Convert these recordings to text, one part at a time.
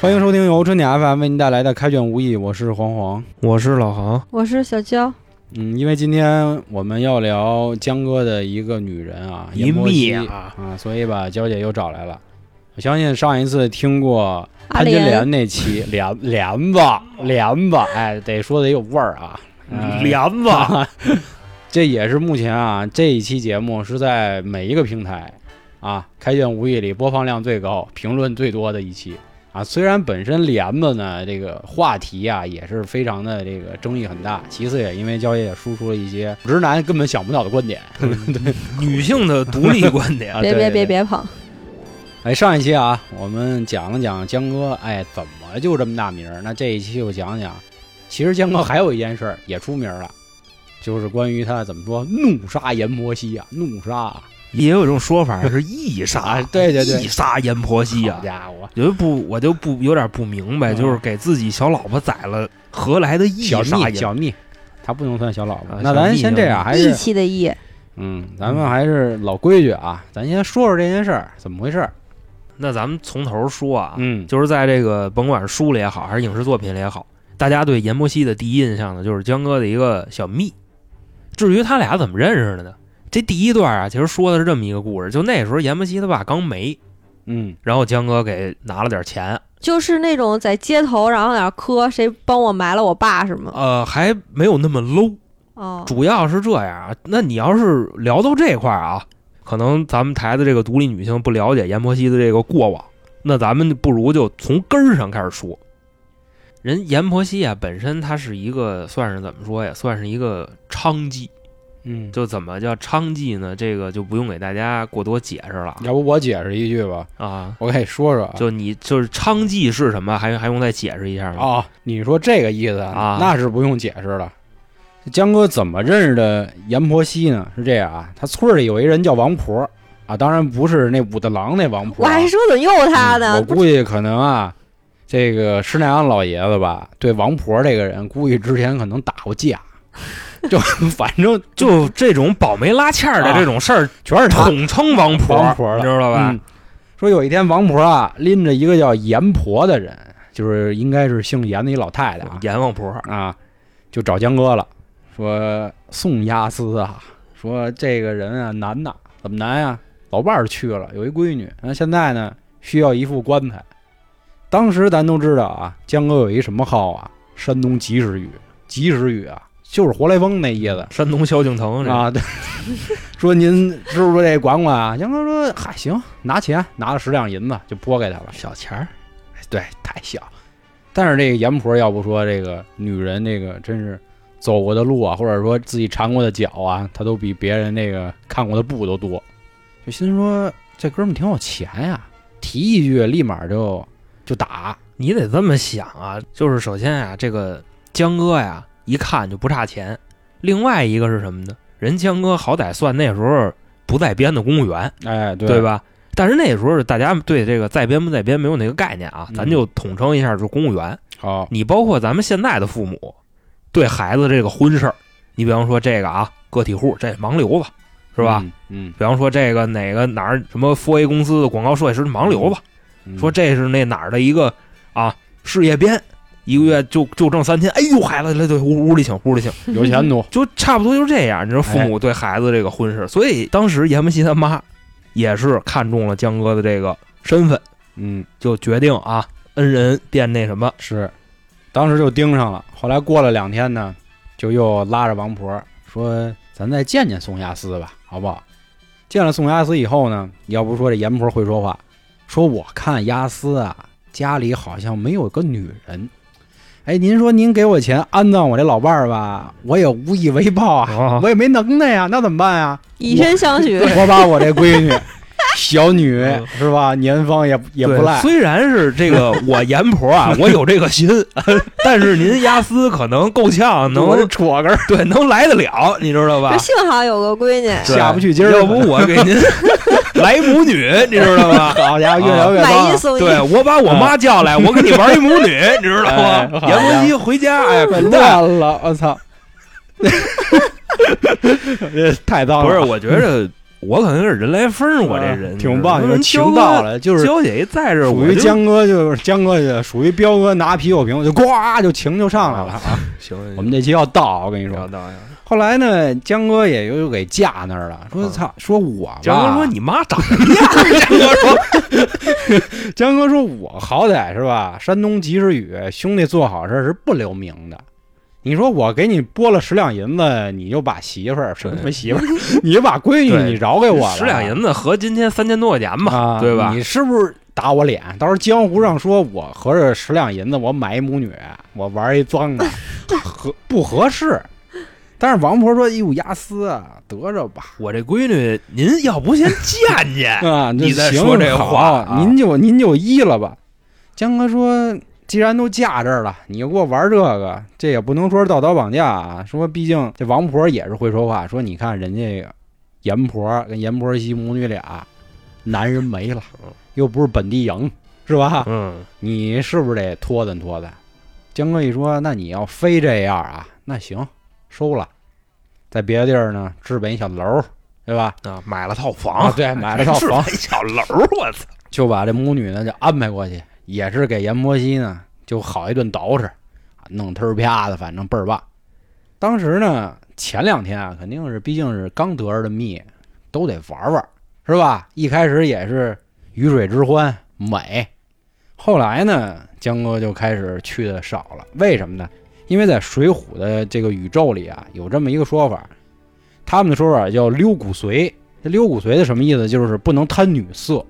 欢迎收听由春点 FM 为您带来的《开卷无益》，我是黄黄。我是老航，我是小娇，嗯，因为今天我们要聊江哥的一个女人啊，一阎婆惜秘啊啊，所以把娇姐又找来了。我相信上一次听过阿潘金莲莲，那期，莲莲吧，莲吧，哎，得说得有味儿啊，嗯呃帘 子这也是目前啊这一期节目是在每一个平台啊《开卷无益》里播放量最高、评论最多的一期啊。虽然本身帘子呢这个话题啊也是非常的这个争议很大，其次也因为焦爷也输出了一些直男根本想不到的观点女性的独立观点啊。别对别别！别捧，哎，上一期啊我们讲了讲江哥，哎怎么就这么大名儿？那这一期就讲讲，其实江哥还有一件事儿也出名了。就是关于他怎么说怒杀阎婆惜啊，怒杀啊 也有一种说法是一杀啊，，对对对一，杀阎婆惜好啊。家伙，有一不，我就不有点不明白，嗯就是给自己小老婆宰了，何来的一小杀蜜阎？小蜜，他不能算小老婆。啊那小咱蜜先小这蜜样，还义是气的义，嗯，咱们还是老规矩啊，咱先说说这件事儿怎么回事儿。那咱们从头说啊，嗯，就是在这个甭管是书里也好，还是影视作品里也好，大家对阎婆惜的第一印象呢，就是江哥的一个小蜜。至于他俩怎么认识的呢？这第一段啊，其实说的是这么一个故事，就那时候阎婆惜他爸刚没，嗯，然后江哥给拿了点钱，就是那种在街头然后在那儿磕谁帮我埋了我爸是啊吗？呃，还没有那么 low。哦，主要是这样啊，那你要是聊到这块儿啊，可能咱们台的这个独立女性不了解阎婆惜的这个过往，那咱们不如就从根儿上开始说。人阎婆惜啊，本身她是一个算是怎么说呀，算是一个娼妓。嗯，就怎么叫娼妓呢？这个就不用给大家过多解释了要不我解释一句吧，啊。我给你说说啊。就你就是娼妓是什么？还还用再解释一下吗？哦，你说这个意思啊那是不用解释了。江哥怎么认识的阎婆惜呢？是这样啊，他村儿里有一人叫王婆啊，当然不是那武大郎那王婆我啊，还说怎么又他呢嗯我？估计可能啊，这个施耐庵老爷子吧，对王婆这个人，估计之前可能打过 架，就反正就这种保媒拉纤儿的这种事儿，全是啊他统称王婆，啊王婆了你知道吧？嗯说有一天王婆啊，拎着一个叫阎婆的人，就是应该是姓阎的一老太太啊，阎王婆，啊，就找江哥了，说宋押司啊，说这个人啊难呐，怎么难呀、老伴儿去了，有一闺女，那现在呢需要一副棺材。当时咱都知道啊，江哥有一什么号啊，山东及时雨，及时雨啊，就是活雷锋那意思山东萧敬腾这，啊。对， 说您知不知这管管啊？江哥说嗨行，拿钱拿了十两银子就拨给他了。小钱儿，对，太小。但是这个阎婆，要不说这个女人，这个真是走过的路啊，或者说自己缠过的脚啊，她都比别人那个看过的步都多。就心说这哥们儿挺有钱呀、提一句立马就就打。你得这么想啊，就是首先啊，这个江哥呀，一看就不差钱。另外一个是什么呢？人江哥好歹算那时候不在编的公务员，哎，对对吧？但是那时候大家对这个在编不在编没有那个概念啊，咱嗯就统称一下，就是公务员。好，你包括咱们现在的父母对孩子这个婚事儿，你比方说这个啊，个体户这盲流子是吧？嗯？比方说这个哪个哪儿什么 4A 公司的广告设计师盲流子，嗯，说这是那哪儿的一个啊事业编，一个月就就挣三千，哎呦孩子来对屋屋里请屋里请，有钱奴，就差不多就这样。你说父母对孩子这个婚事，所以当时阎摩惜他妈也是看中了江哥的这个身份，嗯，就决定啊恩人惦那什么。是，当时就盯上了。后来过了两天呢，就又拉着王婆说：“咱再见见宋亚斯吧，好不好？”见了宋亚斯以后呢，要不说这阎婆会说话，说我看亚斯啊，家里好像没有个女人。哎，您说您给我钱安葬我这老伴儿吧，我也无以为报啊，啊我也没能耐呀，那怎么办呀？以身相许， 我把我这闺 女小女嗯是吧，年方也也不对赖，虽然是这个我阎婆啊，我有这 个心，但是您押司可能够呛我这能戳 根儿对能来得了，你知道吧 这？幸好有个闺女，对下不去劲儿了要不我给 您来母女，你知道吧？好家伙，越聊哦越买脏啊一。送一，对我把我妈叫来，我跟你玩一母女，你知道哎吗？好阎婆惜回家，哎呀，滚蛋！乱 了，我操！这太脏了。不是，我觉着我可能有点人来疯，我这啊人挺棒，有有情到了，就是娇姐一在这儿，属我于就江哥，就是江哥，就属于彪哥拿啤酒瓶，我就呱就情就上来了。啊！行，啊我们这期要到，我跟你这说。到呀。后来呢，江哥也又给架那儿了，说嗯操，说我吧，江哥说：“你妈长什么样儿？”江哥说江哥说：“我好歹是吧，山东及时雨，兄弟做好事儿是不留名的。你说我给你拨了十两银子，你就把媳妇儿什么媳妇儿， 你就把闺对女你饶 给我：“了，十两银子合今天三千多块钱吧，啊，对吧你是不是打我脸？到时候江湖上说我合着十两银子我买一母女，我玩一脏 的，合不合适？”但是王婆说：“哎哟，亚斯啊，得着吧。”？我这闺女，您要不先见见 啊，你就再行说这好话啊您就您就依了吧。江哥说，既然都嫁这儿了，你又给我玩这个，这也不能说是道德绑架啊。说毕竟这王婆也是会说话，说你看人家阎婆跟阎婆媳母女俩，男人没了，又不是本地营，是吧？嗯，你是不是得拖掇拖掇？江哥一说，那你要非这样啊，那行，收了，在别的地儿呢置办一小楼，对吧？啊，买了套啊，房，对，买了套 是房买，小楼儿，我操！就把这母女呢就安排过去，也是给阎婆惜呢就好一顿捯饬，啊弄忒儿啪的，反正倍儿棒。当时呢，前两天啊，肯定是毕竟是刚得着的蜜，都得玩玩，是吧？一开始也是鱼水之欢，美。后来呢，江哥就开始去的少了，为什么呢？因为在《水浒》的这个宇宙里啊，有这么一个说法，他们的说法叫溜骨髓。这溜骨髓的什么意思？就是不能贪女色。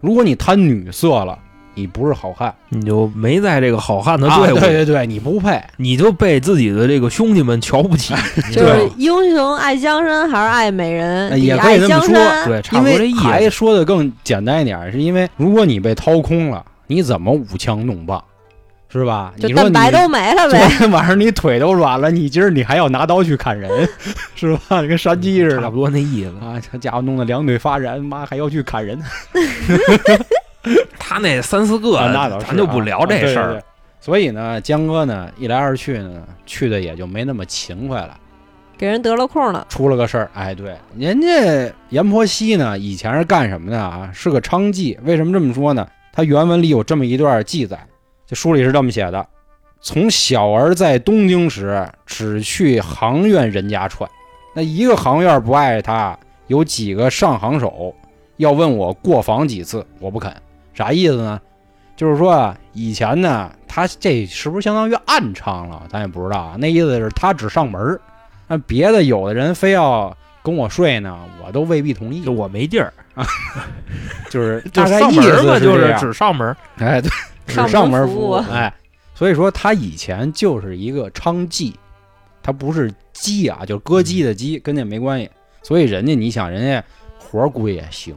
如果你贪女色了，你不是好汉你就没在这个好汉的啊！队对伍，对对，你不配。你就被自己的这个兄弟们瞧不哎起，就对是英雄爱江山还是爱美人？哎你也可以爱这么江说山，对，差因不多这为意还思。说的更简单一点，是因为如果你被掏空了，你怎么舞枪弄棒，是吧？就你说蛋你白都没了昨呗。天 晚上你腿都软了，你今儿你还要拿刀去砍人， 是吧？你跟杀鸡似差的不多那意思。啊！这家伙弄得两腿发燃，妈还要去砍 人，他那三四个，啊那倒是啊，咱就不聊这啊对事对儿对。所以呢，江哥呢，一来二去呢，去的也就没那么勤快了。给人得了空了，出了个事儿，哎，对，人家阎婆惜呢，以前是干什么的啊？是个娼妓。为什么这么说呢？他原文里有这么一段记载，这书里是这么写的：从小儿在东京时，只去行院人家串，那一个行院不爱他，有几个上行手要问我过房几次，我不肯。啥意思呢？就是说啊，以前呢，他这是不是相当于暗娼了？咱也不知道啊。那意思是他只上门儿，那别的有的人非要跟我睡呢，我都未必同意就。我没地儿，就是就大概上意门儿思嘛，就这是样只上门儿。哎，对，只上门上门服服务，务啊哎，所以说他以前就是一个娼妓，他不是鸡啊，就是嗯歌姬的鸡，跟那没关系。所以人家，你想人家活儿估计也行，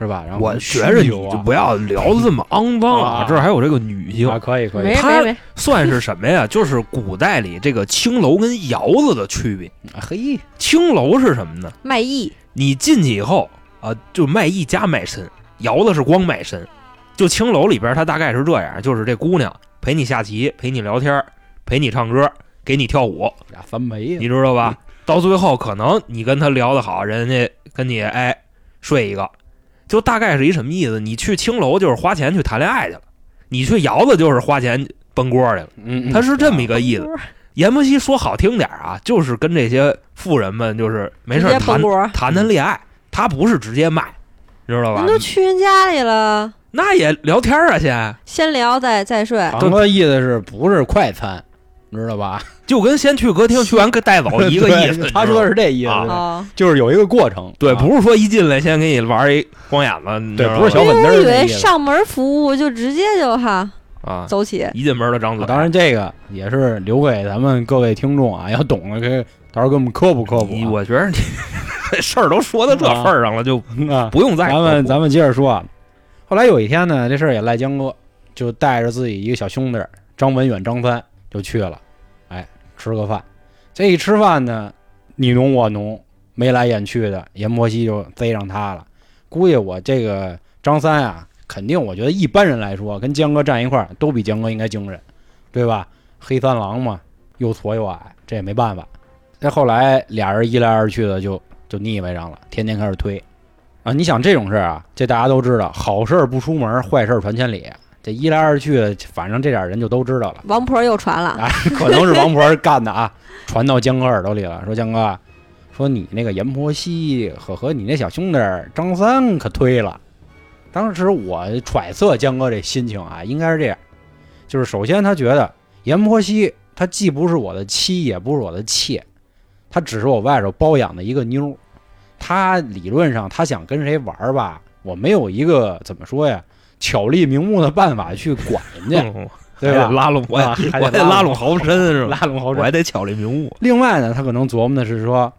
是吧？然后我需觉着你求就啊不要聊的这 么肮脏啊啊！这儿还有这个女性啊，，可以可以没，他没没，算是什么呀？就是古代里这个青楼跟窑子的区别。啊嘿，青楼是什么呢？卖艺你进去以后啊，就卖艺加卖身；窑子是光卖身。就青楼里边，它大概是这样：就是这姑娘陪你下棋，陪你聊天，陪你唱歌，给你跳舞，俩三枚你知道吧？嗯到最后，可能你跟他聊得好，人家跟你哎睡一个，就大概是一什么意思？你去青楼就是花钱去谈恋爱去了，你去窑子就是花钱奔锅去了。嗯，嗯他是这么一个意思。阎摩惜说好听点儿啊，就是跟这些富人们就是没事直儿接谈奔锅，谈谈恋爱，他不是直接卖，你知道吧嗯人？都去人家里了，那也聊天儿啊，先先聊再再睡。嗯堂哥意思是不是快餐，你知道吧？ 就跟先去歌厅去完给带走哦一个意思对。 他说的的是这意思，啊哦，就是有一个过程，对，啊不是说一进来先给你玩一光眼子，你知道对吧不是小因本子为我儿以那为意思上门服务就直接就哈啊，走起，一进门就张啊嘴。当然，这个也是留给咱们各位听众啊，要懂的可以到时候给我们科普科啊普你我觉得你这事儿都说到这份儿上了，就啊。啊，不用再咱们 说咱们接着说啊。后来有一天呢，这事儿也赖江哥，就带着自己一个小兄弟儿张文远、张三就去了，哎，吃个饭。这一吃饭呢，你侬我侬，眉来眼去的，阎婆惜就贼上他了。估计我这个张三啊，肯定我觉得一般人来说，跟江哥站一块儿都比江哥应该精神，对吧？黑三郎嘛，又矬又矮，这也没办法。再后来俩人一来二去的就就腻歪上了，天天开始推啊，你想这种事儿啊，这大家都知道，好事儿不出门，坏事儿传千里。这一来二去，反正这点人就都知道了。王婆又传了，啊，可能是王婆干的啊，传到江哥耳朵里了，说江哥，啊说你那个阎婆惜可和你那小兄弟儿张三可推了。当时我揣测江哥这心情啊，应该是这样，就是首先他觉得阎婆惜她既不是我的妻，也不是我的妾，她只是我外甥包养的一个妞儿。她理论上她想跟谁玩儿吧，我没有一个怎么说呀，巧立名目的办法去管人 家，嗯对还得吧？拉拢我也啊还得我得拉拉拢拢豪绅是吧？拉拢豪我宅还得巧立名目，另外呢，他可能琢磨的是说，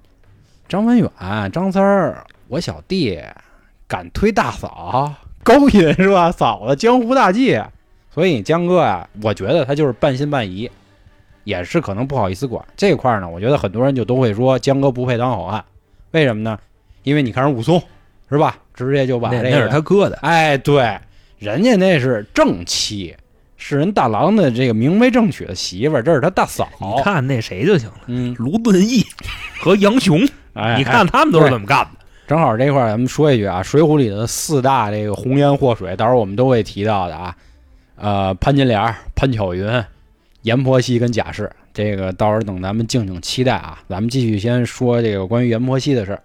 张文远、啊张三儿，我小弟敢推大嫂，勾引是吧？嫂子江湖大忌，所以江哥啊，我觉得他就是半信半疑，也是可能不好意思管这块儿呢。我觉得很多人就都会说江哥不配当好汉，为什么呢？因为你看人武松是吧，直接就把那这个那是他哥的，哎，对，人家那是正妻，是人大郎的这个明媒正娶的媳妇儿，这是他大嫂。你看那谁就行了，嗯，卢顿义和杨雄，哎，你看他们都是怎么干的。正好这块儿咱们说一句啊，《水浒》里的四大这个红颜祸水，到时候我们都会提到的啊。呃，潘金莲儿、潘巧云、阎婆惜跟贾氏，这个到时候等咱们敬请期待啊。咱们继续先说这个关于阎婆惜的事儿。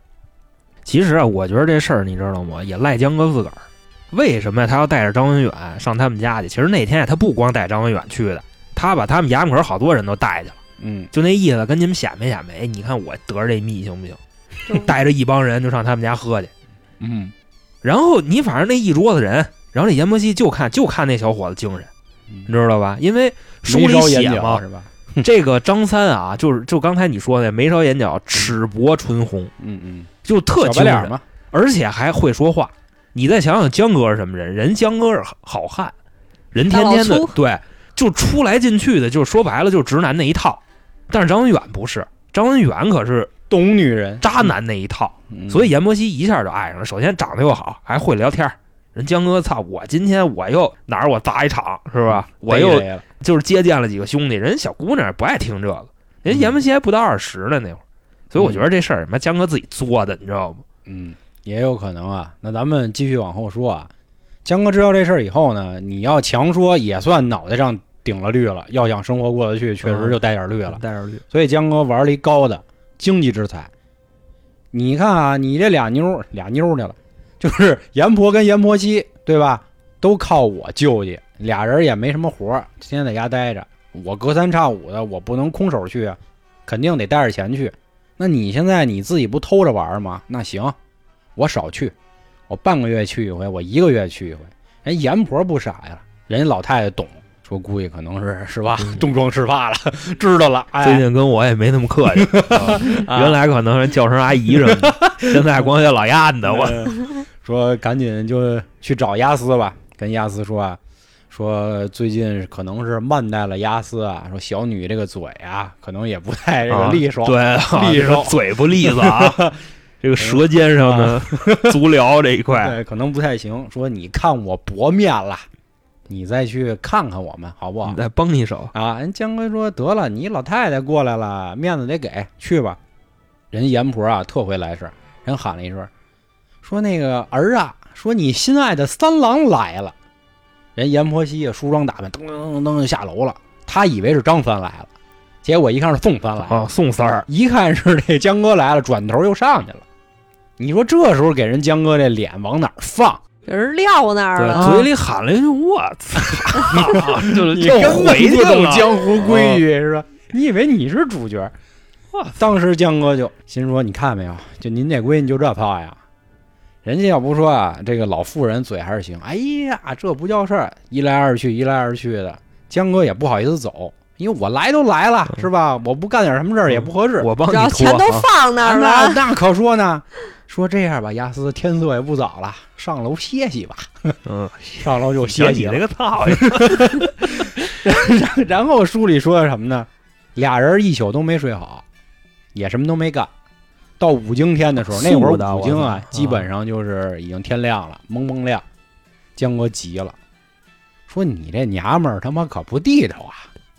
其实啊，我觉得这事儿你知道吗？也赖江哥自个儿。为什么他要带着张文远上他们家去？其实那天啊他不光带张文远去的，他把他们衙门口好多人都带去了，嗯，就那意思，跟你们显摆显摆。哎，你看我得着这密行不行？就带着一帮人就上他们家喝去。嗯，然后你反正那一桌子人，然后这阎婆惜就看就看那小伙子精神，你知道吧？因为书眉里梢写眼角嘛，是吧？这个张三啊，就是就刚才你说的眉梢眼角、齿薄唇红，嗯嗯，就特小白精脸神儿。嘛，而且还会说话。你再想想江哥是什么人？人江哥是好汉，人天天大的老粗对，就出来进去的，就是说白了就是直男那一套。但是张文远不是，张文远可是懂女人，渣男那一套，嗯所以阎婆惜一下就爱上了。首先长得又好，还会聊天儿。人江哥，操！我今天我又哪儿我砸一场是嗯吧？我逮又谁嗯了就是接见了几个兄弟，人小姑娘不爱听这个，人阎婆惜还不到二十呢那会儿，所以我觉得这事儿他妈江哥自己作的，你知道吗？嗯，也有可能啊。那咱们继续往后说啊。江哥知道这事儿以后呢，你要强说也算脑袋上顶了绿了。要想生活过得去，确实就带点绿嗯了。带着绿，所以江哥玩了一高的经济之财。你看啊，你这俩妞儿俩妞儿去了，就是阎婆跟阎婆惜，对吧？都靠我救济，俩人也没什么活儿，天天在家待着。我隔三差五的，我不能空手去啊，肯定得带着钱去。那你现在你自己不偷着玩儿吗？那行，我少去，我半个月去一回，我一个月去一回。人阎婆不傻呀，人家老太太懂，说估计可能是是吧， 东窗事发了，知道了。哎、最近跟我也没那么客 气，啊原来可能人叫声阿姨什么 的，现在光叫老鸭子。我嗯 说赶紧就去找亚斯吧，跟亚斯说啊，说最近可能是慢待了亚斯啊，说小女这个嘴啊，可能也不太这个利索，啊对，啊利索这个嘴不利索 啊，这个舌尖上呢， 足疗这一块，对可能不太行。说你看我薄面了，你再去看看我们好不好你？再帮一手。啊，人江哥说得了，你老太太过来了，面子得给，去吧。人阎婆啊，特会来事儿，人喊了一声，说那个儿啊，说你心爱的三郎来了。人阎婆惜啊，梳妆打扮，噔噔噔噔噔就下楼了。他以为是张三来了，结果一看是宋三来了，啊，宋三儿，一看是这江哥来了，转头又上去了。你说这时候给人江哥这脸往哪儿放？有人撂那儿对，了，啊嘴里喊了一句“我操”， 就你就根本回去不懂了。江湖规矩是吧？你以为你是主角？当时江哥就心说：“你看没有，就您这闺女就这炮呀！人家要不说啊，这个老妇人嘴还是行。哎呀，这不叫事儿，一来二去，一来二去的。江哥也不好意思走，因为我来都来了，是吧？我不干点什么事儿也不合适。我帮你然后脱钱都啊放那啊儿那了，那可说呢，说这样吧，亚斯天色也不早了，上楼歇息吧。嗯，上楼就歇想息你了那。个操， 然后书里说的什么呢？俩人一宿都没睡好，也什么都没干。到五更天的时候，那会素的儿我五更啊操，基本上就是已经天亮了，蒙蒙亮。江哥急了，说：“你这娘们儿他妈可不地道啊，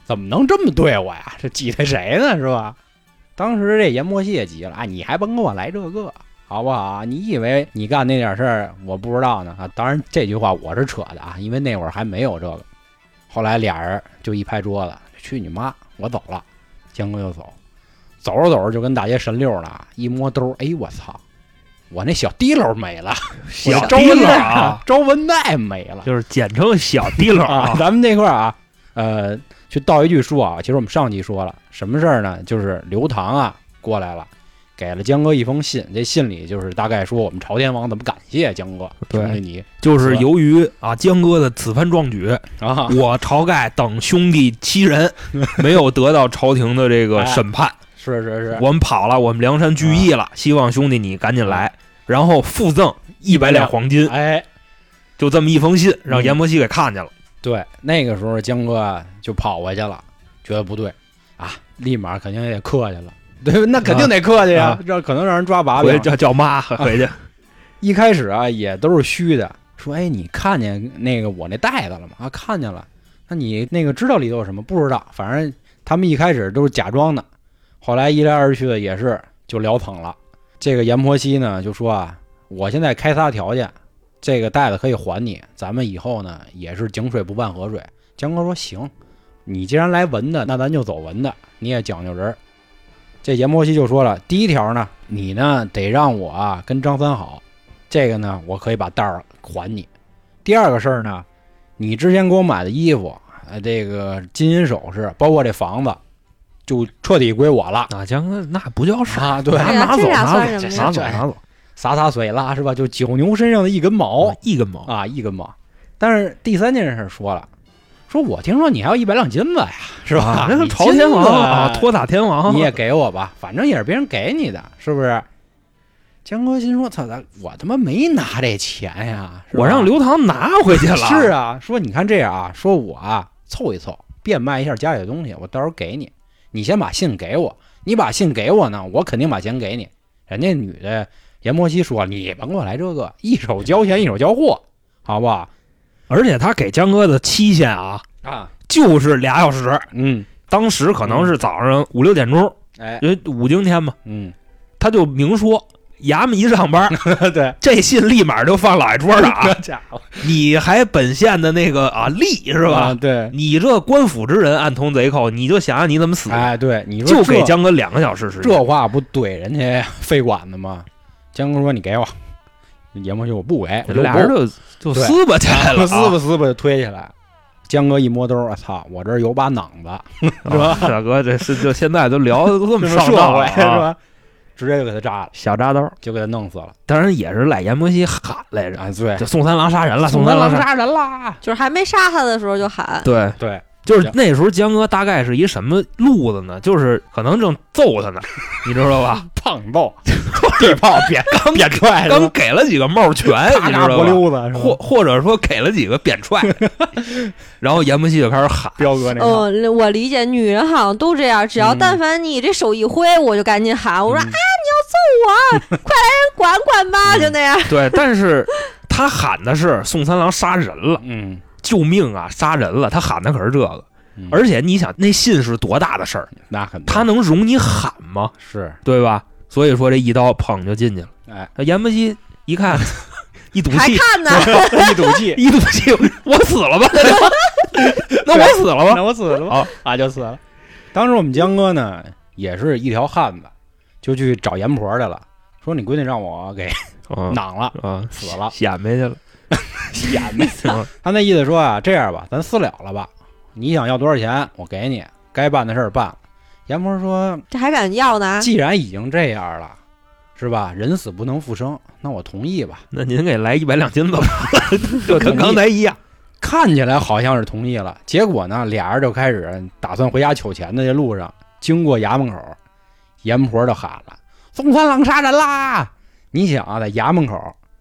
怎么能这么对我呀？这挤兑谁呢？是吧？”当时这阎摩西也急了啊，你还甭跟我来这个好不好？你以为你干那点事儿我不知道呢啊？当然这句话我是扯的啊，因为那会儿还没有这个。后来俩人就一拍桌子，去你妈！我走了。江哥就走，走着走着就跟大街神溜儿了，一摸兜儿，哎我操，我那小提溜儿没了，小招滴文溜带儿啊，招文带没了。就是简称小滴溜儿啊，啊。咱们这块儿啊，呃，去道一句说啊，其实我们上集说了什么事儿呢？就是刘唐啊过来了，给了江哥一封信，这信里就是大概说我们朝天王怎么感谢江哥对兄弟你就是由于啊江哥的此番壮举，啊，我晁盖等兄弟七 人没有得到朝廷的这个审判，是哎是啊是，我们跑了，我们梁山聚义了，希望兄弟你赶紧来，然后附赠一百两黄金，哎，就这么一封信，让嗯阎婆惜给看见了。对，那个时候江哥啊就跑回去了，觉得不对啊，立马肯定也得客气了，对吧，那肯定得客气啊这可能让人抓把回柄去。叫叫啊妈，回 去一开始啊也都是虚的，说哎你看见那个我那袋子了吗？啊看见了，那你那个知道里头有什么？不知道，反正他们一开始都是假装的，后来一来二去的也是就聊蹭了。这个阎婆惜呢就说啊，我现在开仨条件，这个袋子可以还你，咱们以后呢也是井水不犯河水。江哥说行，你既然来文的，那咱就走文的，你也讲究人儿。这阎婆惜就说了，第一条呢，你呢得让我啊跟张三好，这个呢，我可以把袋儿还你。第二个事儿呢，你之前给我买的衣服，呃，这个金银首饰，包括这房子，就彻底归我了 啊，江哥那不叫事儿，啊！对，哎呀拿拿这走俩拿算走什么呀拿走这拿走，洒洒水啦，是吧？就九牛身上的一根毛啊一根毛，啊，一根毛。但是第三件事说了，说我听说你还有一百两金子呀，是吧啊？那你是金朝天王子啊，托塔天王，你也给我吧，反正也是别人给你的，是不是？江哥心说：“操，咱我他妈没拿这钱呀！是吧我让刘唐拿回去 了，是啊，说你看这样啊，说我啊凑一凑，变卖一下家里的东西，我到时候给你。你先把信给我，你把信给我呢，我肯定把钱给你。人家女的阎摩西说：“你甭给我来这个，一手交钱一手交货，好不好而且他给江哥的期限啊，？”啊，就是俩小时。嗯，当时可能是早上五六点钟，哎，因为五更天嘛， 嗯，他就明说，衙门一上班，对，。这信立马就放老爷桌上啊 家伙你还本县的那个啊吏是是吧？对，你这官府之人暗通贼寇，你就想想你怎么死，哎，对，你说就这给江哥两个小时时间。这话不怼人家 肺管子吗？江哥说：“你给我。”阎摩西说我不给，我就俩不人就就撕吧去了啊，撕吧撕吧就推起来。江哥一摸兜，我操，我这儿有把囊子，是吧？啊大哥，这是就现在都聊得这么是上社道会了是啊，吧？直接就给他炸了，小铡刀，就给他弄死了。当然也是赖阎婆惜喊来着，啊，对就，宋三郎杀人了，宋三郎杀人。杀人啦！就是还没杀他的时候就喊，对，对，就是那时候江哥大概是一什么路子呢？就是可能正 揍他呢，你知道吧？胖揍，地炮扁刚扁踹，是吧刚给了几个帽拳，咔你知咔道脖溜子，吧？是吧或或者说给了几个扁 踹，然后阎婆惜就开始喊，彪哥那个，嗯，我理解，女人好像都这样，只要嗯但凡你这手一挥，我就赶紧喊，我说哎嗯管管吧，嗯就那样。对，但是他喊的是宋三郎杀人了，嗯，救命啊，杀人了，他喊的可是这个。嗯而且你想，那信是多大的事儿，那肯定他能容你喊吗？是对吧？所以说这一刀捧就进去了。哎，那阎婆惜一看，一赌还气，看呢， 一赌 气，一赌气，我死了吧？ 那我死了 吧？那我死了吧？啊，就死了。当时我们江哥呢，也是一条汉子，就去找阎婆去了，说你闺女让我给啊囊了，啊，死了。显摆去 了。演的。他那意思说啊，这样吧，咱私了了吧？你想要多少钱，我给你，该办的事儿办了。阎婆说， 这还敢要 呢？既然已经这样了，是吧？人死不能复生，那我同意吧。那您给来一百两金子 吧，就跟同刚意才一样。看起来好像是同意了，结果呢，俩人就开始打算回家取钱的这路上，经过衙门口，阎婆就喊了：“宋三郎杀人啦！”你想啊，在衙门口，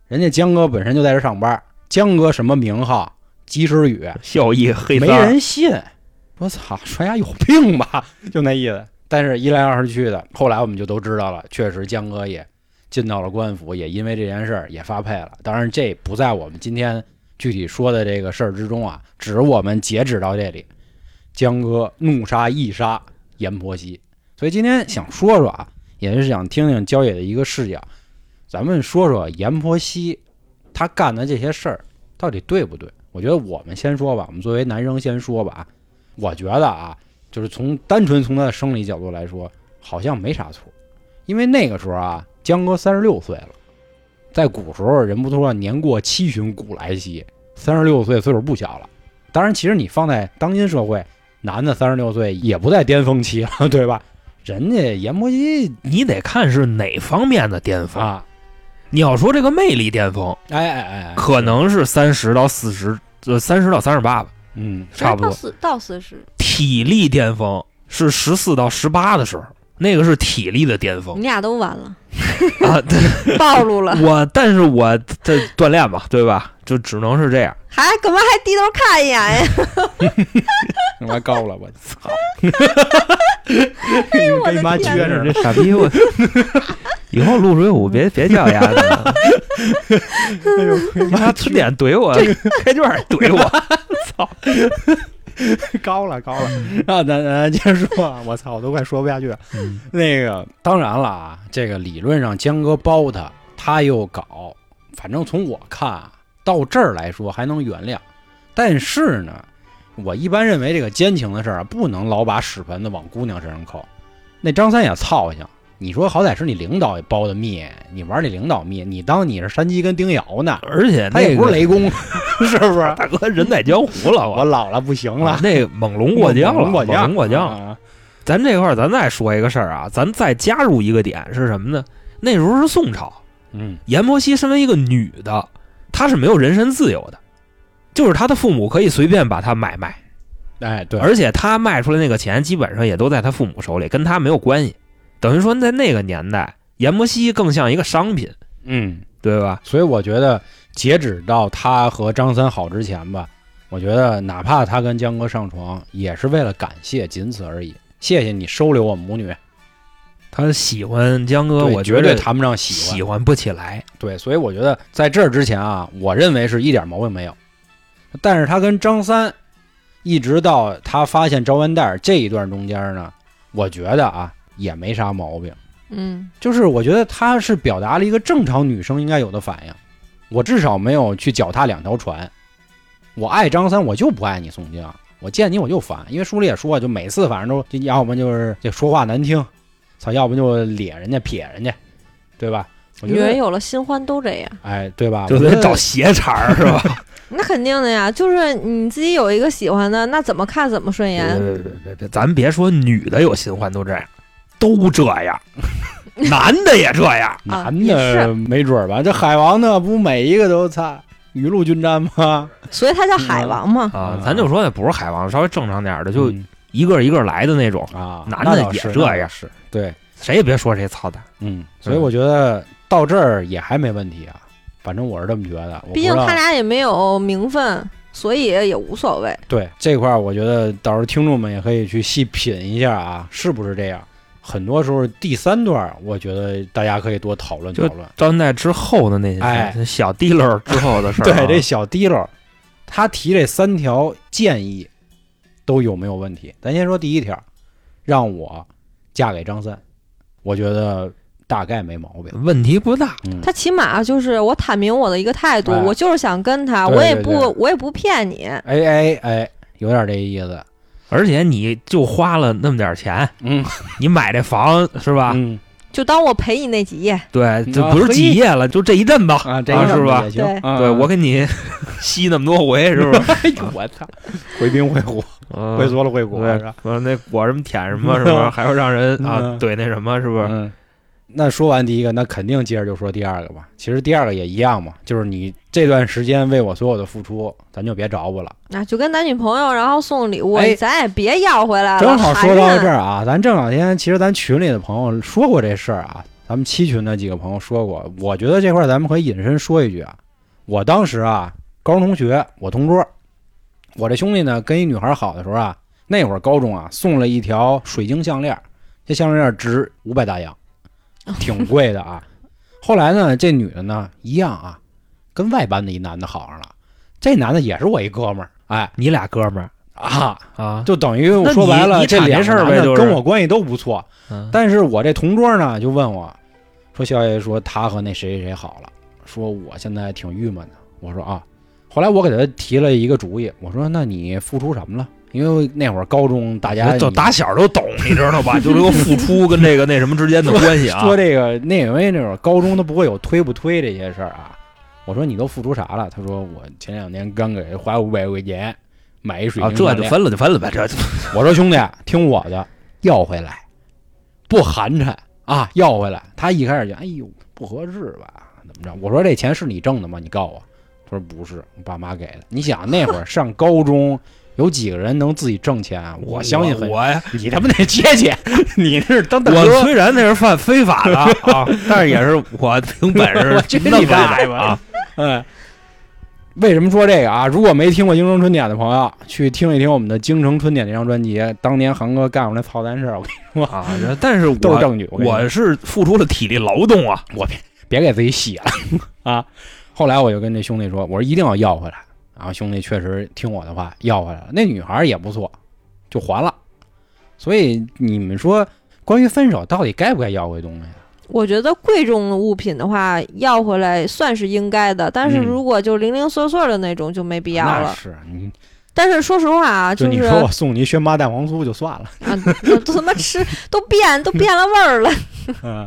人家江哥本身就在这上班，江哥什么名号？及时雨，孝义黑没三儿人信。我操，说呀有病吧， 就那意思。但是一来二去的，后来我们就都知道了，确实江哥也进到了官府，也因为这件事儿也发配了。当然，这不在我们今天具体说的这个事儿之中啊，只是我们截止到这里。江哥怒杀一杀阎婆惜，所以今天想说说啊，也是想听听焦野的一个视角。咱们说说阎婆惜他干的这些事儿到底对不对？我觉得我们先说吧，我们作为男生先说吧啊。我觉得啊，就是从单纯从他的生理角度来说，好像没啥错，因为那个时候啊，江哥三十六岁了，在古时候人不都说年过七旬古来稀，三十六岁岁数不小了。当然，其实你放在当今社会，男的三十六岁也不在巅峰期了， 对吧？人家阎婆惜你得看是哪方面的巅峰。啊，你要说这个魅力巅峰，哎哎哎哎，可能是三十到四十，呃，三十到三十八吧，嗯，差不到多。四到四十，体力巅峰是十四到十八的时候，那个是体力的巅峰 你俩都完了，啊。对暴露了，我但是我这锻炼吧，对吧？就只能是这样。还干嘛还低头看一眼呀？他妈高了，我操！我的跟你妈天撅着呢，这傻 逼我，以后录水浒别别叫丫的，哎 呦，妈春点怼我，开卷儿 怼我，高了高了。 啊，咱咱接着说，啊，我操，我都快说不下去了。那个当然了啊，这个理论上江哥包他，他又搞，反正从我看啊到这儿来说还能原谅，但是呢，我一般认为这个奸情的事儿啊，不能老把屎盆子往姑娘身上扣。那张三也操性，你说好歹是你领导也包的密，你玩你领导密，你当你是山鸡跟丁瑶呢？而且他也那不是个雷公， 是不是？ 大哥人在江湖了，我我老 了不行了，那个猛龙啊过江了，猛猛将，龙过江了。啊咱这块儿咱再说一个事儿啊，咱再加入一个点是什么呢？那时候是宋朝，嗯阎婆惜身为一个女的，她是没有人身自由的，就是她的父母可以随便把她买卖，，哎，对，而且她卖出来那个钱基本上也都在她父母手里，跟她没有关系。等于说在那个年代，阎婆惜更像一个商品，嗯，对吧？所以我觉得截止到他和张三好之前吧，我觉得哪怕他跟江哥上床，也是为了感谢，仅此而已。谢谢你收留我母女，她喜欢江哥，对我绝觉对得谈不上喜欢。喜欢不起来。对，所以我觉得在这儿之前啊，我认为是一点毛病没有。但是他跟张三，一直到他发现招烟袋儿这一段中间呢，我觉得啊也没啥毛病。嗯，就是我觉得他是表达了一个正常女生应该有的反应，我至少没有去脚踏两条船。我爱张三，我就不爱你宋江，我见你我就烦，因为书里也说，啊就每次反正都就要么就是这说话难听，操，要不就咧人家撇人家，对吧？我女觉人得，有了新欢都这样，哎，对吧？就我觉得得找鞋茬儿是吧？那肯定的呀，就是你自己有一个喜欢的，那怎么看怎么顺别眼。别别别，咱别说女的有新欢都这样，都这样，男的也这样。男也是的没准儿吧，这海王呢，不每一个都差雨露均沾吗？所以他叫海王嘛，啊嗯，咱就说那不是海王，稍微正常点儿的， 就嗯一个一个来的那种，啊，男那的倒也是这那倒样是对，谁也别说谁操蛋。嗯，所以我觉得到这儿也还没问题啊，反正我是这么觉得。我不毕知竟道他俩也没有名分，所以也无所谓。对这块儿，我觉得到时候听众们也可以去细品一下啊，是不是这样？很多时候第三段儿，我觉得大家可以多讨论讨就论。张代之后的那些哎事儿小滴溜儿之后的事儿啊， 对这小滴漏，他提这三条建议都有没有问题？咱先说第一条，让我嫁给张三，我觉得大概没毛病。问题不大。嗯，他起码就是我阐明我的一个态度，哎我就是想跟他，对我也对不对我也不骗你。哎哎哎，有点这意思。而且你就花了那么点儿钱，嗯你买这房是吧？嗯就当我陪你那几夜，对，嗯这啊不是嘿几夜了，就这一阵吧。啊，这啊个是吧也行对啊 对我给你 吸那么多回，是不是？哎 呦，我操！回兵回火，嗯 回缩了回国对是吧？，完了那果什么舔什么，是 不是？还要让人啊嗯怼那什么，是不是？嗯。那说完第一个，那肯定接着就说第二个吧。其实第二个也一样嘛，就是你这段时间为我所有的付出，咱就别找我了。啊，就跟男女朋友，然后送礼物，哎咱也别要回来了。正好说到含着这儿啊，咱这两天其实咱群里的朋友说过这事儿啊，咱们七群的几个朋友说过，我觉得这块儿咱们可以引申说一句啊。我当时啊，高中同学，我同桌，我这兄弟呢跟一女孩好的时候啊，那会儿高中啊送了一条水晶项链儿，这项链儿值五百大洋，挺贵的啊。后来呢，这女的呢一样啊，跟外班的一男的好上了，这男的也是我一哥们儿，哎你俩哥们儿啊，啊，就等于那说你白了，你这铲俩这事儿呗男的就是跟我关系都不错，嗯但是我这同桌呢就问我，说肖爷爷说他和那谁谁谁好了，说我现在挺郁闷的。我说啊，后来我给他提了一个主意，我说那你付出什么了？因为那会儿高中大家就也打小都懂，你知道 吧？就这个付出跟这个那什么之间的关系啊。说这个那因为那会儿高中都不会有推不推这些事儿啊。我说你都付出啥了？他说我前两年刚给花五百块钱买一水啊，晶这项就链分了就分了呗，这我说兄弟，听我的，要回来，不寒碜啊，要回来。他一开始就哎呦不合适吧，怎么着？我说这钱是你挣的吗？你告我。他说不是，我爸妈给的。你想那会儿上高中，有几个人能自己挣钱啊？我相信很。我呀，你他妈得接 去，你是当大我哥。虽然那是犯非法的 啊，但是也是 我凭本我事觉得弄你出来大爷的啊。嗯，为什么说这个啊？如果没听过《京城春点》的朋友，去听一听我们的《京城春点》这张专辑。当年韩哥干过那操蛋事儿，我跟你啊，但是都是我证据。我跟你说我是付出了体力劳动啊，我别别给自己洗了 啊！后来我就跟这兄弟说，我说一定要要回来。然后兄弟确实听我的话要回来了，那女孩也不错，就还了。所以你们说，关于分手到底该不该要回东西啊？我觉得贵重的物品的话，要回来算是应该的，但是嗯啊如果就零零碎碎的那种就没必要那了。是你，但是说实话啊，就是你说我送你一轩妈蛋黄酥就算了，啊，都他妈吃都变都变了味儿了。 嗯，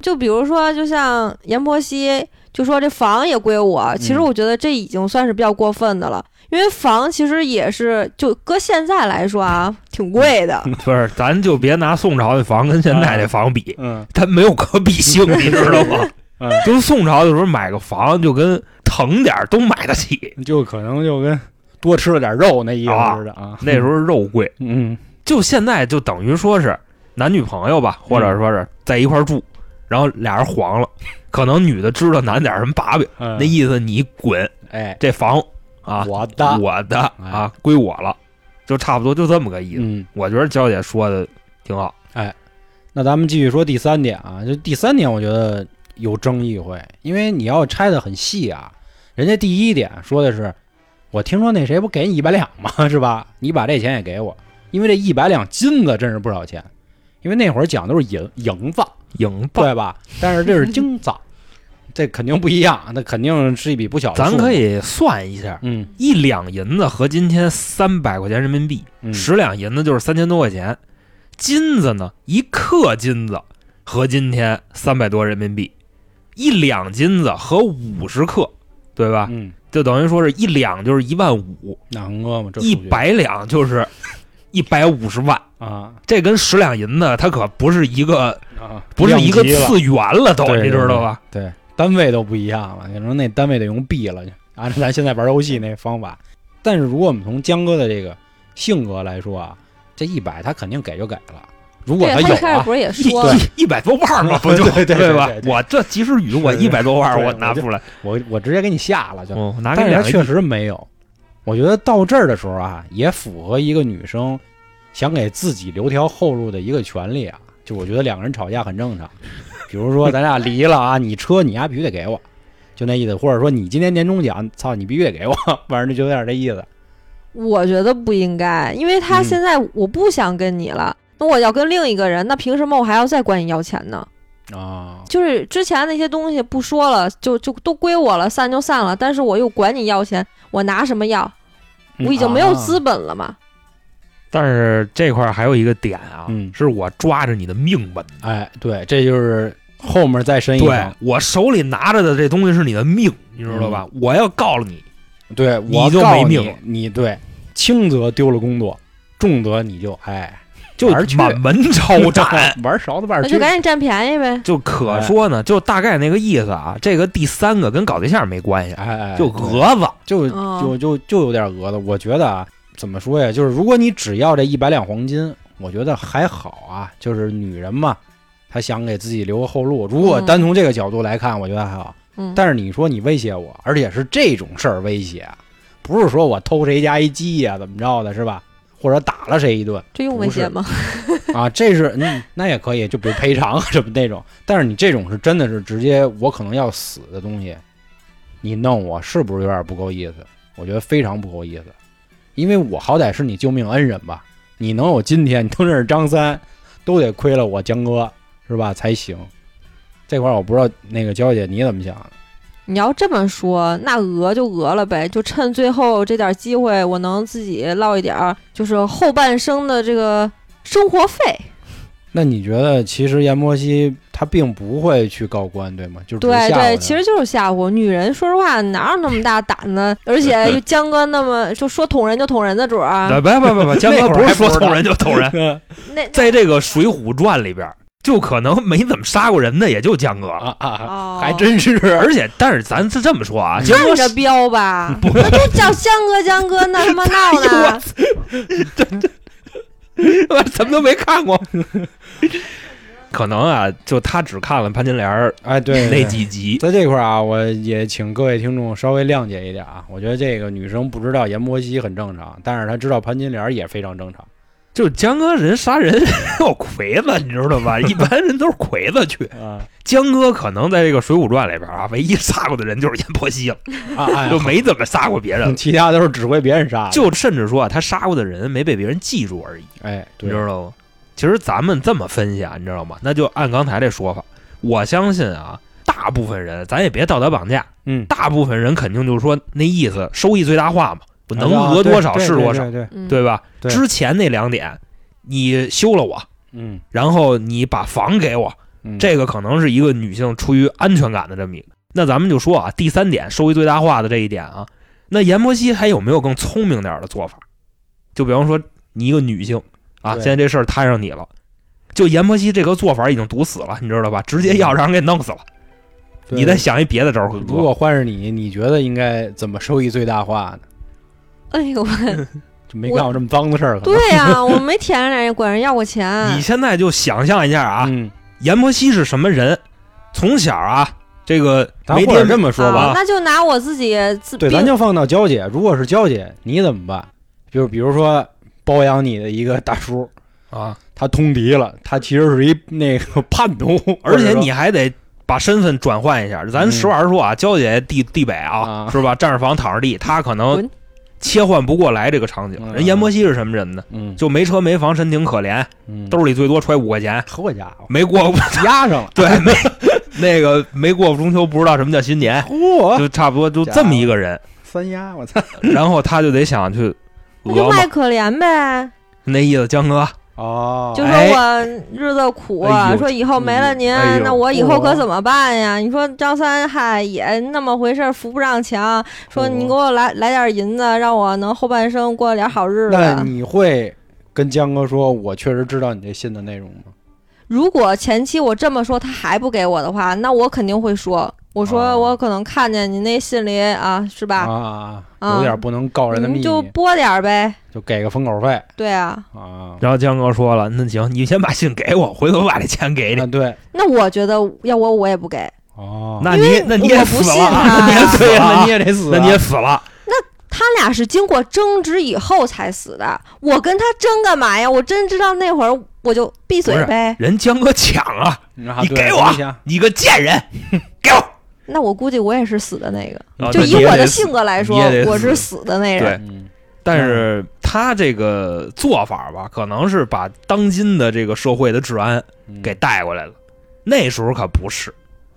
就比如说，就像阎婆惜就说这房也归我，其实嗯我觉得这已经算是比较过分的了，因为房其实也是就搁现在来说啊，挺贵嗯的。不是，咱就别拿宋朝的房跟现在这房比，嗯它没有可比 性，你知道吗？嗯，就是宋朝的时候买个房就跟疼点儿都买得起，就可能就跟多吃了点肉那意思似的啊。那时候肉贵，嗯，就现在就等于说是男女朋友吧，或者说是在一块儿住，然后俩人黄了，可能女的知道男点儿什么把柄，嗯，那意思你滚，哎，这房啊，我的，我的哎啊，归我了，就差不多就这么个意思。嗯，我觉得娇姐说的挺好，那咱们继续说第三点啊，就第三点，我觉得有争议会，因为你要拆的很细啊。人家第一点说的是，我听说那谁不给你一百两吗？ 是吧？你把这钱也给我，因为这一百两金子真是不少钱，因为那会儿讲都是银银子，赢吧，对吧？但是这是金子，这肯定不一样，那肯定是一笔不小的数咱目。可以算一下，嗯，一两银子合今天三百块钱人民币，嗯十两银子就是三千多块钱，金子呢，一克金子合今天三百多人民币，一两金子合五十克，对吧？嗯，就等于说是一两就是一万五，那恒哥嘛，这数一据百两就是一百五十万，啊这跟十两银子它可不是一个啊，不是一个量级了次元了都，对你知道吧？对，单位都不一样了，可能那单位得用币了，就按照咱现在玩游戏那方法。但是如果我们从江哥的这个性格来说啊，这一百他肯定给就给了，如果对他一有开始啊，不 是也一说了，一一百多万嘛，不就对对对吧对？对我这及时雨，是我一百多万对我我拿就出来，我我直接给你下了就。嗯，拿给但你是他两个确实没有，我觉得到这儿的时候啊，也符合一个女生想给自己留条后路的一个权利啊。就我觉得两个人吵架很正常，比如说咱俩离了啊， 你车你丫必须得给我，就那意思，或者说你今年年终奖，操你必须得给我， 反正就有点这意思。我觉得不应该，因为他嗯现在我不想跟你了，那我要跟另一个人，那凭什么我还要再管你要钱呢？啊，就是之前那些东西不说了，就就都归我了，散就散了。但是我又管你要钱，我拿什么要？嗯我已经没有资本了嘛。啊但是这块儿还有一个点啊，嗯是我抓着你的命吧？啊。哎，对，这就是后面再深一对层。我手里拿着的这东西是你的命，你知道嗯吧？我要告了你，对，你我就告没你命了你对，轻则丢了工作，重则你就哎就玩儿去满门 抄斩。，玩勺子把那就赶紧占便宜呗。就哎可说呢，就大概那个意思啊。这个第三个跟搞对象没关系，哎哎，就讹，蛾子。就嗯就就就有点讹的。我觉得啊，怎么说呀？就是如果你只要这一百两黄金，我觉得还好啊。就是女人嘛，她想给自己留个后路。如果嗯单从这个角度来看，我觉得还好。嗯，但是你说你威胁我，而且是这种事儿威胁，不是说我偷谁家一鸡呀、怎么着的，是吧？或者打了谁一顿这用威胁吗？ 啊，这是嗯，那也可以，就比如赔偿啊什么 那种。但是你这种是真的是直接我可能要死的东西，你弄我是不是有点不够意思？我觉得非常不够意思，因为我好歹是你救命恩人吧，你能有今天，你都认识张三，都得亏了我江哥是吧才行。这块儿我不知道那个娇姐你怎么想的。啊你要这么说，那讹就讹了呗，就趁最后这点机会，我能自己落一点儿，就是后半生的这个生活费。那你觉得，其实阎摩西他并不会去告官，对吗？就是只是对吓唬对，他其 实就是吓唬女人。说实话，哪有那么大胆呢？而且就江哥那么就说捅人就捅人的主儿，啊不不 不不，江那哥会儿不是还说不知道捅人就捅人，哦那在这个《水浒传》里边，就可能没怎么杀过人的，也就江哥。啊啊，哦，还真 是。而且，但是咱是这么说嗯啊，江看哥着彪吧，那就叫江哥江哥，那他妈 哎闹呢？ 什么都没 看过，可能啊，就他只看了潘金莲儿 哎，对，对那几集，在这块儿啊，我也请各位听众稍微谅解一点啊。我觉得这个女生不知道阎摩西很正常，但是她知道潘金莲也非常正常。就是江哥人杀人 要魁子，你知道 吧？一般人都是魁子去。啊江哥可能在这个《水浒传》里边啊，唯一杀过的人就是阎婆惜了，啊，哎 嗯就没怎么杀过别人 了。其他都是指挥别人杀的。就甚至说啊，他杀过的人没被别人记住而已，哎，你对知，道吗？其实咱们这么分析啊，你知道吗？那就按刚才这说法，我相信啊，大部分人咱也别道德绑架，嗯，大部分人肯定就是说那意思，收益最大化嘛，我能啊讹对多少对是对多少，对对，嗯，对吧？对之前那两点，你休了我，嗯，然后你把房给我，嗯这个可能是一个女性出于安全感的这么一个。那咱们就说啊，第三点，收益最大化的这一点啊，那阎摩西还有没有更聪明点儿的做法？就比方说，你一个女性啊，对现在这事儿摊上你了，就阎摩西这个做法已经毒死了，你知道吧？直接要让人给弄死了，嗯对你再想一别的招儿。如果换是你，你觉得应该怎么收益最大化呢？哎呦我，就没干过这么脏的事儿，可能 对 呀、我没舔着脸，管人要过钱，啊你现在就想象一下啊，嗯，阎摩西是什么人？从小啊，这个咱没或者爹这么说吧啊，，那就拿我自己自对，咱病就放到娇姐，如果是娇姐，你怎么办？就是比如说包养你的一个大叔，啊，他通敌了，他其实是一那个叛徒，或而且者说你还得把身份转换一下。咱嗯实话实说啊，娇姐地地北啊啊，是吧？站着房，躺着地，她可能滚切换不过来这个场景。嗯人阎摩西是什么人呢？嗯就没车没房，身挺可怜，嗯兜里最多揣五块钱，好家伙，没过 压上了，对没那个没过中秋，不知道什么叫新年，嚯，就差不多就这么一个人。三压，我操！然后他就得想去那就讹卖嘛，可怜哎呗，那意思，江哥。哦，就说哎我日子苦、啊哎呦说以后没了您、哎呦那我以后可怎么办呀？你说张三嗨也那么回事儿，扶不上墙，哦说你给我来来点银子，让我能后半生过点好日那子。你会跟江哥说，我确实知道你这信的内容吗？如果前期我这么说他还不给我的话，那我肯定会说，我说哦我可能看见你那信里啊，是吧？啊，啊有点不能告人的秘你密，就拨点儿呗，就给个封口费对啊。啊。然后江哥说了：“那行，你先把信给我，回头我把这钱给你。啊，对，那我觉得要我我也不给，哦，那你那你也我不死信了啊，那他你也呀死对，了啊，那你也得死啊，那你也死了。他俩是经过争执以后才死的。我跟他争干嘛呀？我真知道那会儿我就闭不嘴是呗。人江哥抢啊，啊你对给我你想你个贱 人，给我！那我估计我也是死的那个，啊就那以你也我得的死性格来说你也得，死我是死的那人。对嗯但是他这个做法吧，可能是把当今的这个社会的治安嗯给 带过来了。那时候可不是，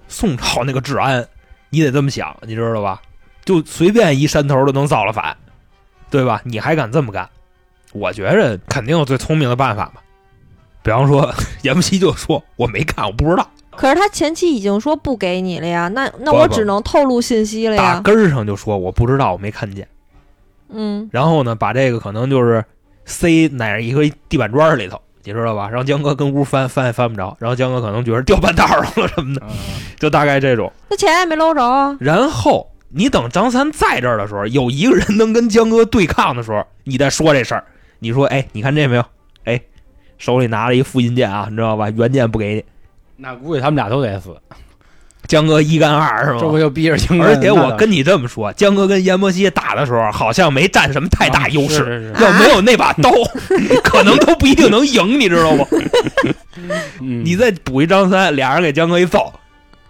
宋朝那个治安，你得这么想，你知道吧？就随便一山头都能造了反，对吧？你还敢这么干？我觉着肯定有最聪明的办法吧。比方说， 阎不西就说我没干，我不知道。可是他前期已经说不给你了呀，那那不我不只能透露信息了打呀。根儿上就说我不知道，我没看见。嗯，然后呢，把这个可能就是塞哪一个地板砖里头，你知道吧？让江哥跟屋翻翻也翻不着，然后江哥可能觉得掉半道上了什么的，啊就大概这种。那钱也没搂 着啊。然后你等张三在这儿的时候，有一个人能跟江哥对抗的时候，你再说这事儿。你说，哎，你看这没有？哎，手里拿了一复印件啊，你知道吧？原件不给你，那估计他们俩都得死，江哥一干二是这不吗？就逼着江哥？哦而且我跟你这么说，江哥跟阎摩西打的时候，好像没占什么太啊大优势，势 要没有那把刀， 可能都不一定能赢，你知道吗？ 你你再补一张三，俩人给江哥一揍，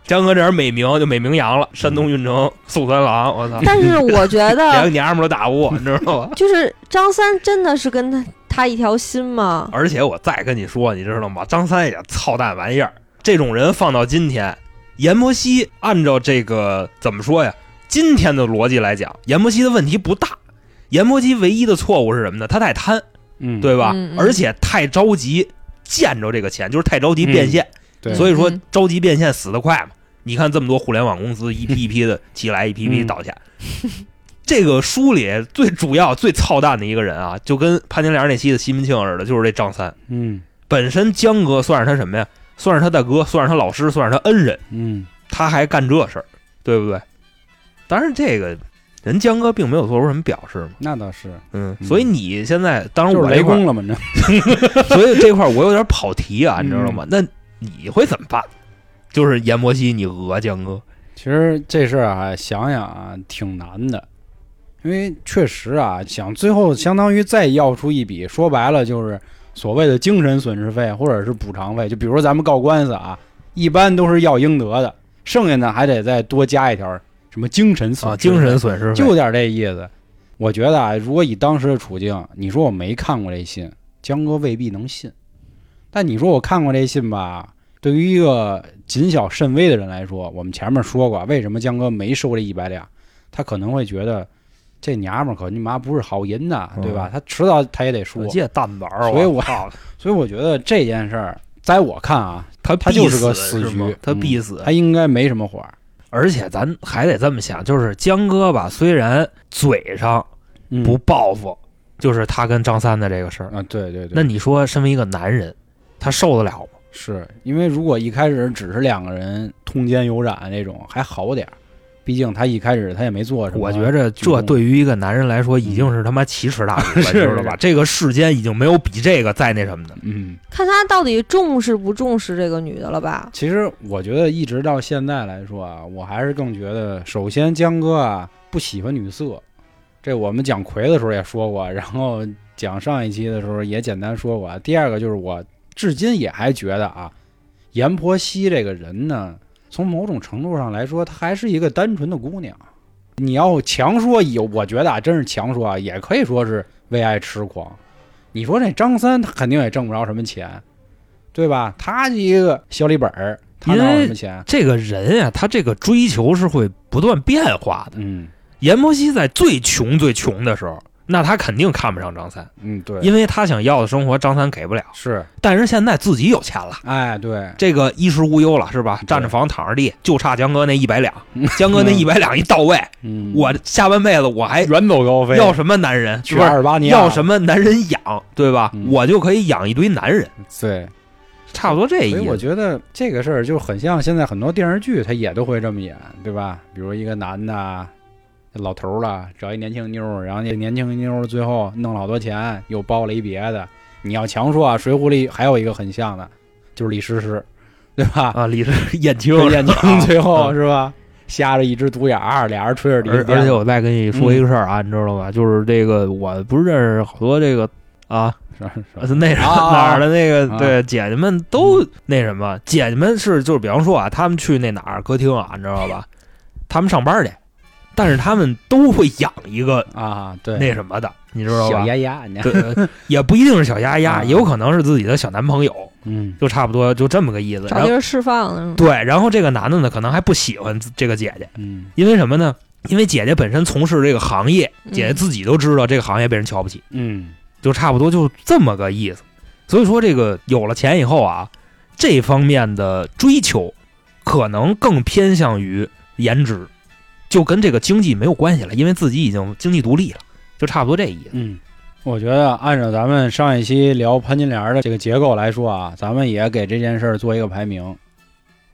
江哥这人美名就美名扬了，山东运城宋三郎，我操，但是我觉两得个，娘们儿都打不过，你知道吗？ 就是张三真的是跟他他一条心吗？而且我再跟你说，你知道吗？张三也操蛋玩意儿，这种人放到今天，阎摩西按照这个怎么说呀？今天的逻辑来讲，阎摩西的问题不大。阎摩西唯一的错误是什么呢？他太贪，嗯，对吧？嗯嗯而且太着急见着这个钱，就是太着急变现。对，所以说嗯着急变现死得快嘛。你看这么多互联网公 司一批一批的起来，一批一嗯批倒下。这个书里最主要、最操蛋的一个人啊，就跟潘金莲那期的西门庆似的，就是这张三。嗯本身江哥算是他什么呀？算是他大哥，算是他老师，算是他恩人，嗯，他还干这事儿，对不对？当然，这个人江哥并没有做出什么表示嘛，那倒是，嗯，嗯所以你现在，当然就我是雷这块儿，公了嘛，你知道 所以这块儿我有点跑题啊，你知道嗯吗？那你会怎么办？就是阎摩西，你讹江哥，其实这事儿啊，想想啊，挺难的，因为确实啊，想最后相当于再要出一笔，说白了就是所谓的精神损失费或者是补偿费。就比如说咱们告官司啊，一般都是要应得的，剩下呢还得再多加一条什么精神损啊，失费精神损失费就点这意思。我觉得啊，如果以当时的处境，你说我没看过这信，江哥未必能信；但你说我看过这信吧，对于一个谨小慎微的人来说，我们前面说过，啊为什么江哥没收这一百两，他可能会觉得这娘们儿可你妈不是好人呐，嗯对吧？他迟早他也得输我。借蛋宝，所以我操，所以我觉得这件事儿，在我看啊， 他他必就是个死死是吗局他嗯必死。他应该没什么火儿。而且咱还得这么想，就是江哥吧，虽然嘴上嗯不报复，就是他跟张三的这个事儿，啊，对对对，那你说身为一个男人，他受得了吗？是因为如果一开始只是两个人通奸有染那种还好点儿，毕竟他一开始他也没做什么。我觉着这对于一个男人来说已经是他妈奇耻大 辱了，你是知道吧？这个世间已经没有比这个再那什么的了。嗯，看他到底重视不重视这个女的了吧？其实我觉得一直到现在来说啊，我还是更觉得，首先江哥啊不喜欢女色，这我们讲魁的时候也说过，然后讲上一期的时候也简单说过啊。第二个就是我至今也还觉得啊，阎婆惜这个人呢，从某种程度上来说，她还是一个单纯的姑娘。你要强说有，我觉得啊，真是强说啊，也可以说是为爱痴狂。你说那张三他肯定也挣不着什么钱，对吧？他一个小李本儿，他因哪有为什么钱？这个人啊，他这个追求是会不断变化的。嗯阎摩西在最穷最穷的时候，那他肯定看不上张三，嗯，对，因为他想要的生活张三给不了。是，但是现在自己有钱了。哎，对，这个衣食无忧了是吧？对占着房，躺着地，就差江哥那一百两嗯。江哥那一百两一到位，嗯，我下半辈子我还远走高飞，要什么男人？是去不阿是？尔巴尼亚，要什么男人养，对吧？嗯我就可以养一堆男人，对，差不多这意所以我思。觉得这个事儿就很像现在很多电视剧，他也都会这么演，对吧？比如一个男的啊，老头儿了，找一年轻妞儿，然后那年轻妞儿最后弄了好多钱，又包了一别的。你要强说啊，《水浒》里还有一个很像的，就是李师师，对吧？啊，李是眼睛，就是燕京最后啊是吧，瞎着一只独眼儿，俩人吹着而驴而且鞭，我再跟你说一个事儿嗯啊，你知道吗？就是这个，我不是认识好多这个啊，是吧是吧那什么啊 哪儿的那个啊嗯对姐姐们都那什么，姐姐们是就是比方说啊，他们去那哪儿歌厅啊，你知道吧？他们上班去，但是他们都会养一个啊，对，那什么的，你知道小吧？丫丫，你看，对， 也不一定是小丫啊丫，也有可能是自己的小男朋友，嗯，就差不多就这么个意思。找然地后儿释放啊嗯呢？对，然后这个男的呢，可能还不喜欢这个姐姐，嗯因为什么呢？因为姐姐本身从事这个行业，嗯姐姐自己都知道这个行业被人瞧不起，嗯，就差不多就这么个意思。所以说，这个有了钱以后啊，这方面的追求可能更偏向于颜值，就跟这个经济没有关系了，因为自己已经经济独立了，就差不多这意思。嗯，我觉得按照咱们上一期聊潘金莲的这个结构来说啊，咱们也给这件事儿做一个排名，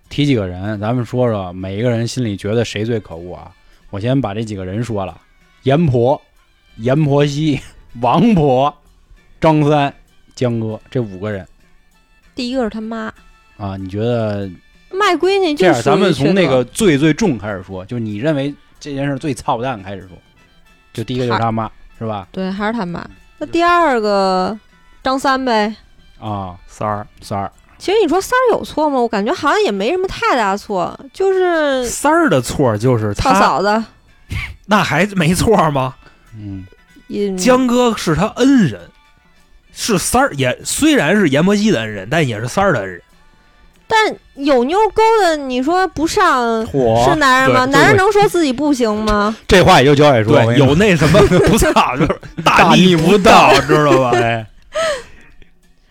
提几个人，咱们说说每一个人心里觉得谁最可恶啊？我先把这几个人说了：阎婆、阎婆惜、 王婆、张三、江哥这五个人第一个是他妈啊。你觉得卖闺女这就样？是咱们从那个最最重开始说，就你认为这件事儿最操蛋开始说，就第一个就是他妈是吧？对，还是他妈。那第二个张三呗。啊，三儿，三儿，其实你说三儿有错吗？我感觉好像也没什么太大错，就是三儿的错就是操他，嗯嫂子。那还没错吗？嗯嗯，江哥是他恩人，是三儿也虽然是阎摩西的恩人，但也是三儿的恩人。但有妞勾的，你说不上是嚯，男人吗？对对男人能说自己不行吗？这话也就焦伟说，我对，跟你有那什么 不操，就是大逆逆不道道，知 道吧？说哎，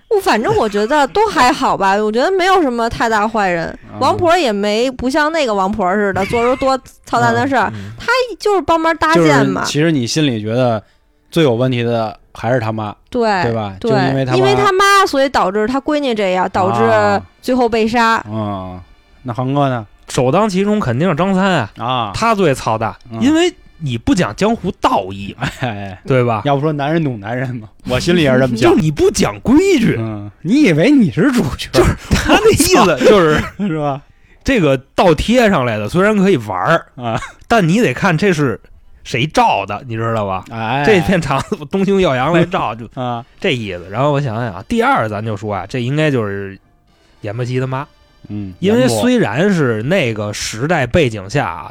我反正我觉得都还好 吧，我觉得没有什么太大坏人。嗯王婆也没不像那个王婆似的做出多操蛋的 事儿，嗯就是帮忙搭就是建嘛。其实你心里觉得最有问题的还是他妈，对哎对吧就对，因为他妈妈，所以导致他闺女这样，导致啊最后被杀。嗯，那航哥呢？首当其冲肯定是张三啊，啊，他最操蛋，嗯因为你不讲江湖道义，哎，对吧？要不说男人懂男人嘛， 我心里也是这么想就。你不讲规矩，嗯，你以为你是主角，他 那意思就是是吧？这个倒贴上来的，虽然可以玩儿啊，但你得看这是谁照的，你知道吧？哎，这片场子东兴耀阳来照，就啊，这意思。然后我想想啊，第二咱就说啊，这应该就是阎伯奇他妈，嗯，因为严博虽然是那个时代背景下啊，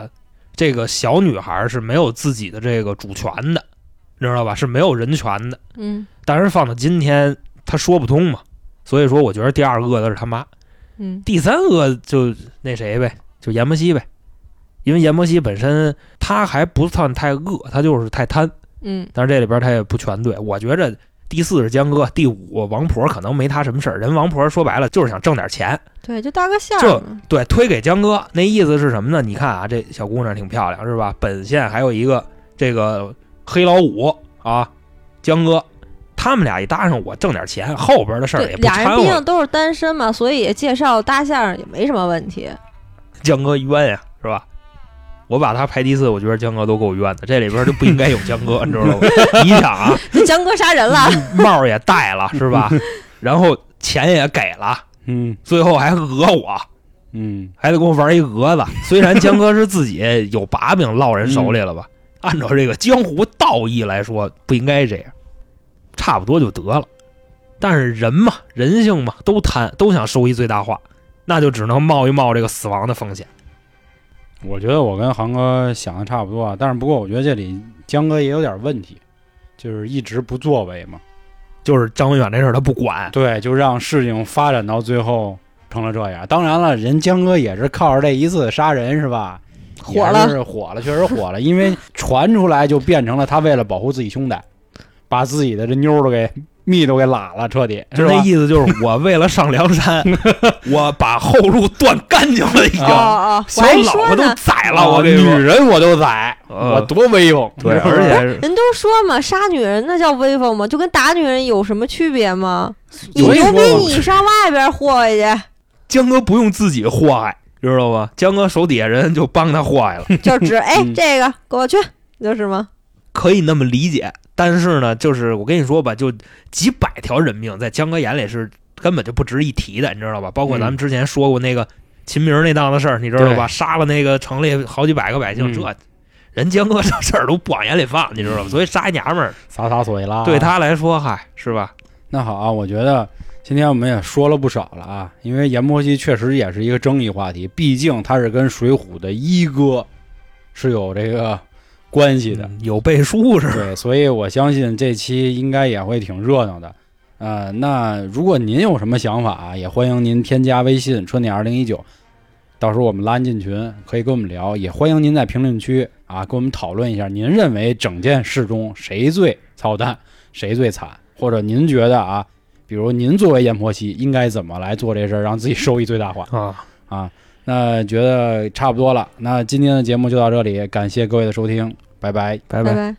这个小女孩是没有自己的这个主权的，你知道吧？是没有人权的。嗯但是放到今天，她说不通嘛。所以说，我觉得第二个的是他妈，嗯第三个就那谁呗，就阎摩西呗，因为阎摩西本身他还不算太恶，他就是太贪，嗯但是这里边他也不全对。我觉着第四是江哥，第五王婆可能没他什么事儿，人王婆说白了就是想挣点钱，对，就搭个线就儿嘛。对，推给江哥那意思是什么呢？你看啊，这小姑娘挺漂亮是吧？本县还有一个这个黑老五啊，江哥。他们俩一搭上，我挣点钱，后边的事儿对也，不俩人掺毕和竟。都是单身嘛，所以介绍搭线儿也没什么问题。江哥冤呀、是吧？我把他排第四，我觉得江哥都够冤的，这里边就不应该有江哥，你知道吗？ 你想啊，这江哥杀人了，帽儿也戴了是 吧？然后钱也给了，嗯最后还讹我，嗯还得跟我玩一蛾子。虽然江哥是自己有把柄落人手里了吧，按照这个江湖道义来说，不应该这样，差不多就得了。但是人嘛，人性嘛，都贪，都想收益最大化，那就只能冒一冒这个死亡的风险。我觉得我跟航哥想的差不多啊，但是不过我觉得这里江哥也有点问题，就是一直不作为嘛，就是张文远这事儿他不管，对，就让事情发展到最后成了这样。当然了，人江哥也是靠着这一次杀人是吧？火了也是火了，确实火了，因为传出来就变成了他为了保护自己兄弟，把自己的这妞儿都给蜜都给拉了，彻底就是那吧？意思就是我为了上梁山，我把后路断干净了，已经嗯哦。哦，我小还脑说瓜都呢，宰啊了，我跟女你说，人我都宰，呃我多威风。对，你知道吗而且人都说嘛，杀女人那叫威风嘛，就跟打女人有什么区别吗？你有一牛说逼，嘛你上外边祸害去，江哥不用自己祸害，知道吧？江哥手底下人就帮他祸害了，就 指哎嗯这个给我去，就是吗？可以那么理解。但是呢，就是我跟你说吧，就几百条人命在江哥眼里是根本就不值一提的，你知道吧？包括咱们之前说过那个秦明那档子事儿，你知道嗯吧？对杀了那个城里好几百个百姓，嗯这人江哥这事儿都不往眼里放，你知道吧？所以杀一娘们儿。洒洒水啦。对他来说，嗨，是吧？那好啊，我觉得今天我们也说了不少了啊，因为阎摩西确实也是一个争议话题，毕竟他是跟《水浒》的一哥是有这个关系的。嗯有背书 是吧？对，所以我相信这期应该也会挺热闹的。呃，那如果您有什么想法啊，也欢迎您添加微信“春点二零一九”，到时候我们拉您进群，可以跟我们聊。也欢迎您在评论区啊，跟我们讨论一下，您认为整件事中谁最操蛋， 谁最惨，或者您觉得啊，比如您作为阎婆惜，应该怎么来做这事儿，让自己收益最大 化。啊，啊，那觉得差不多了，那今天的节目就到这里，感谢各位的收听，拜拜。拜拜拜。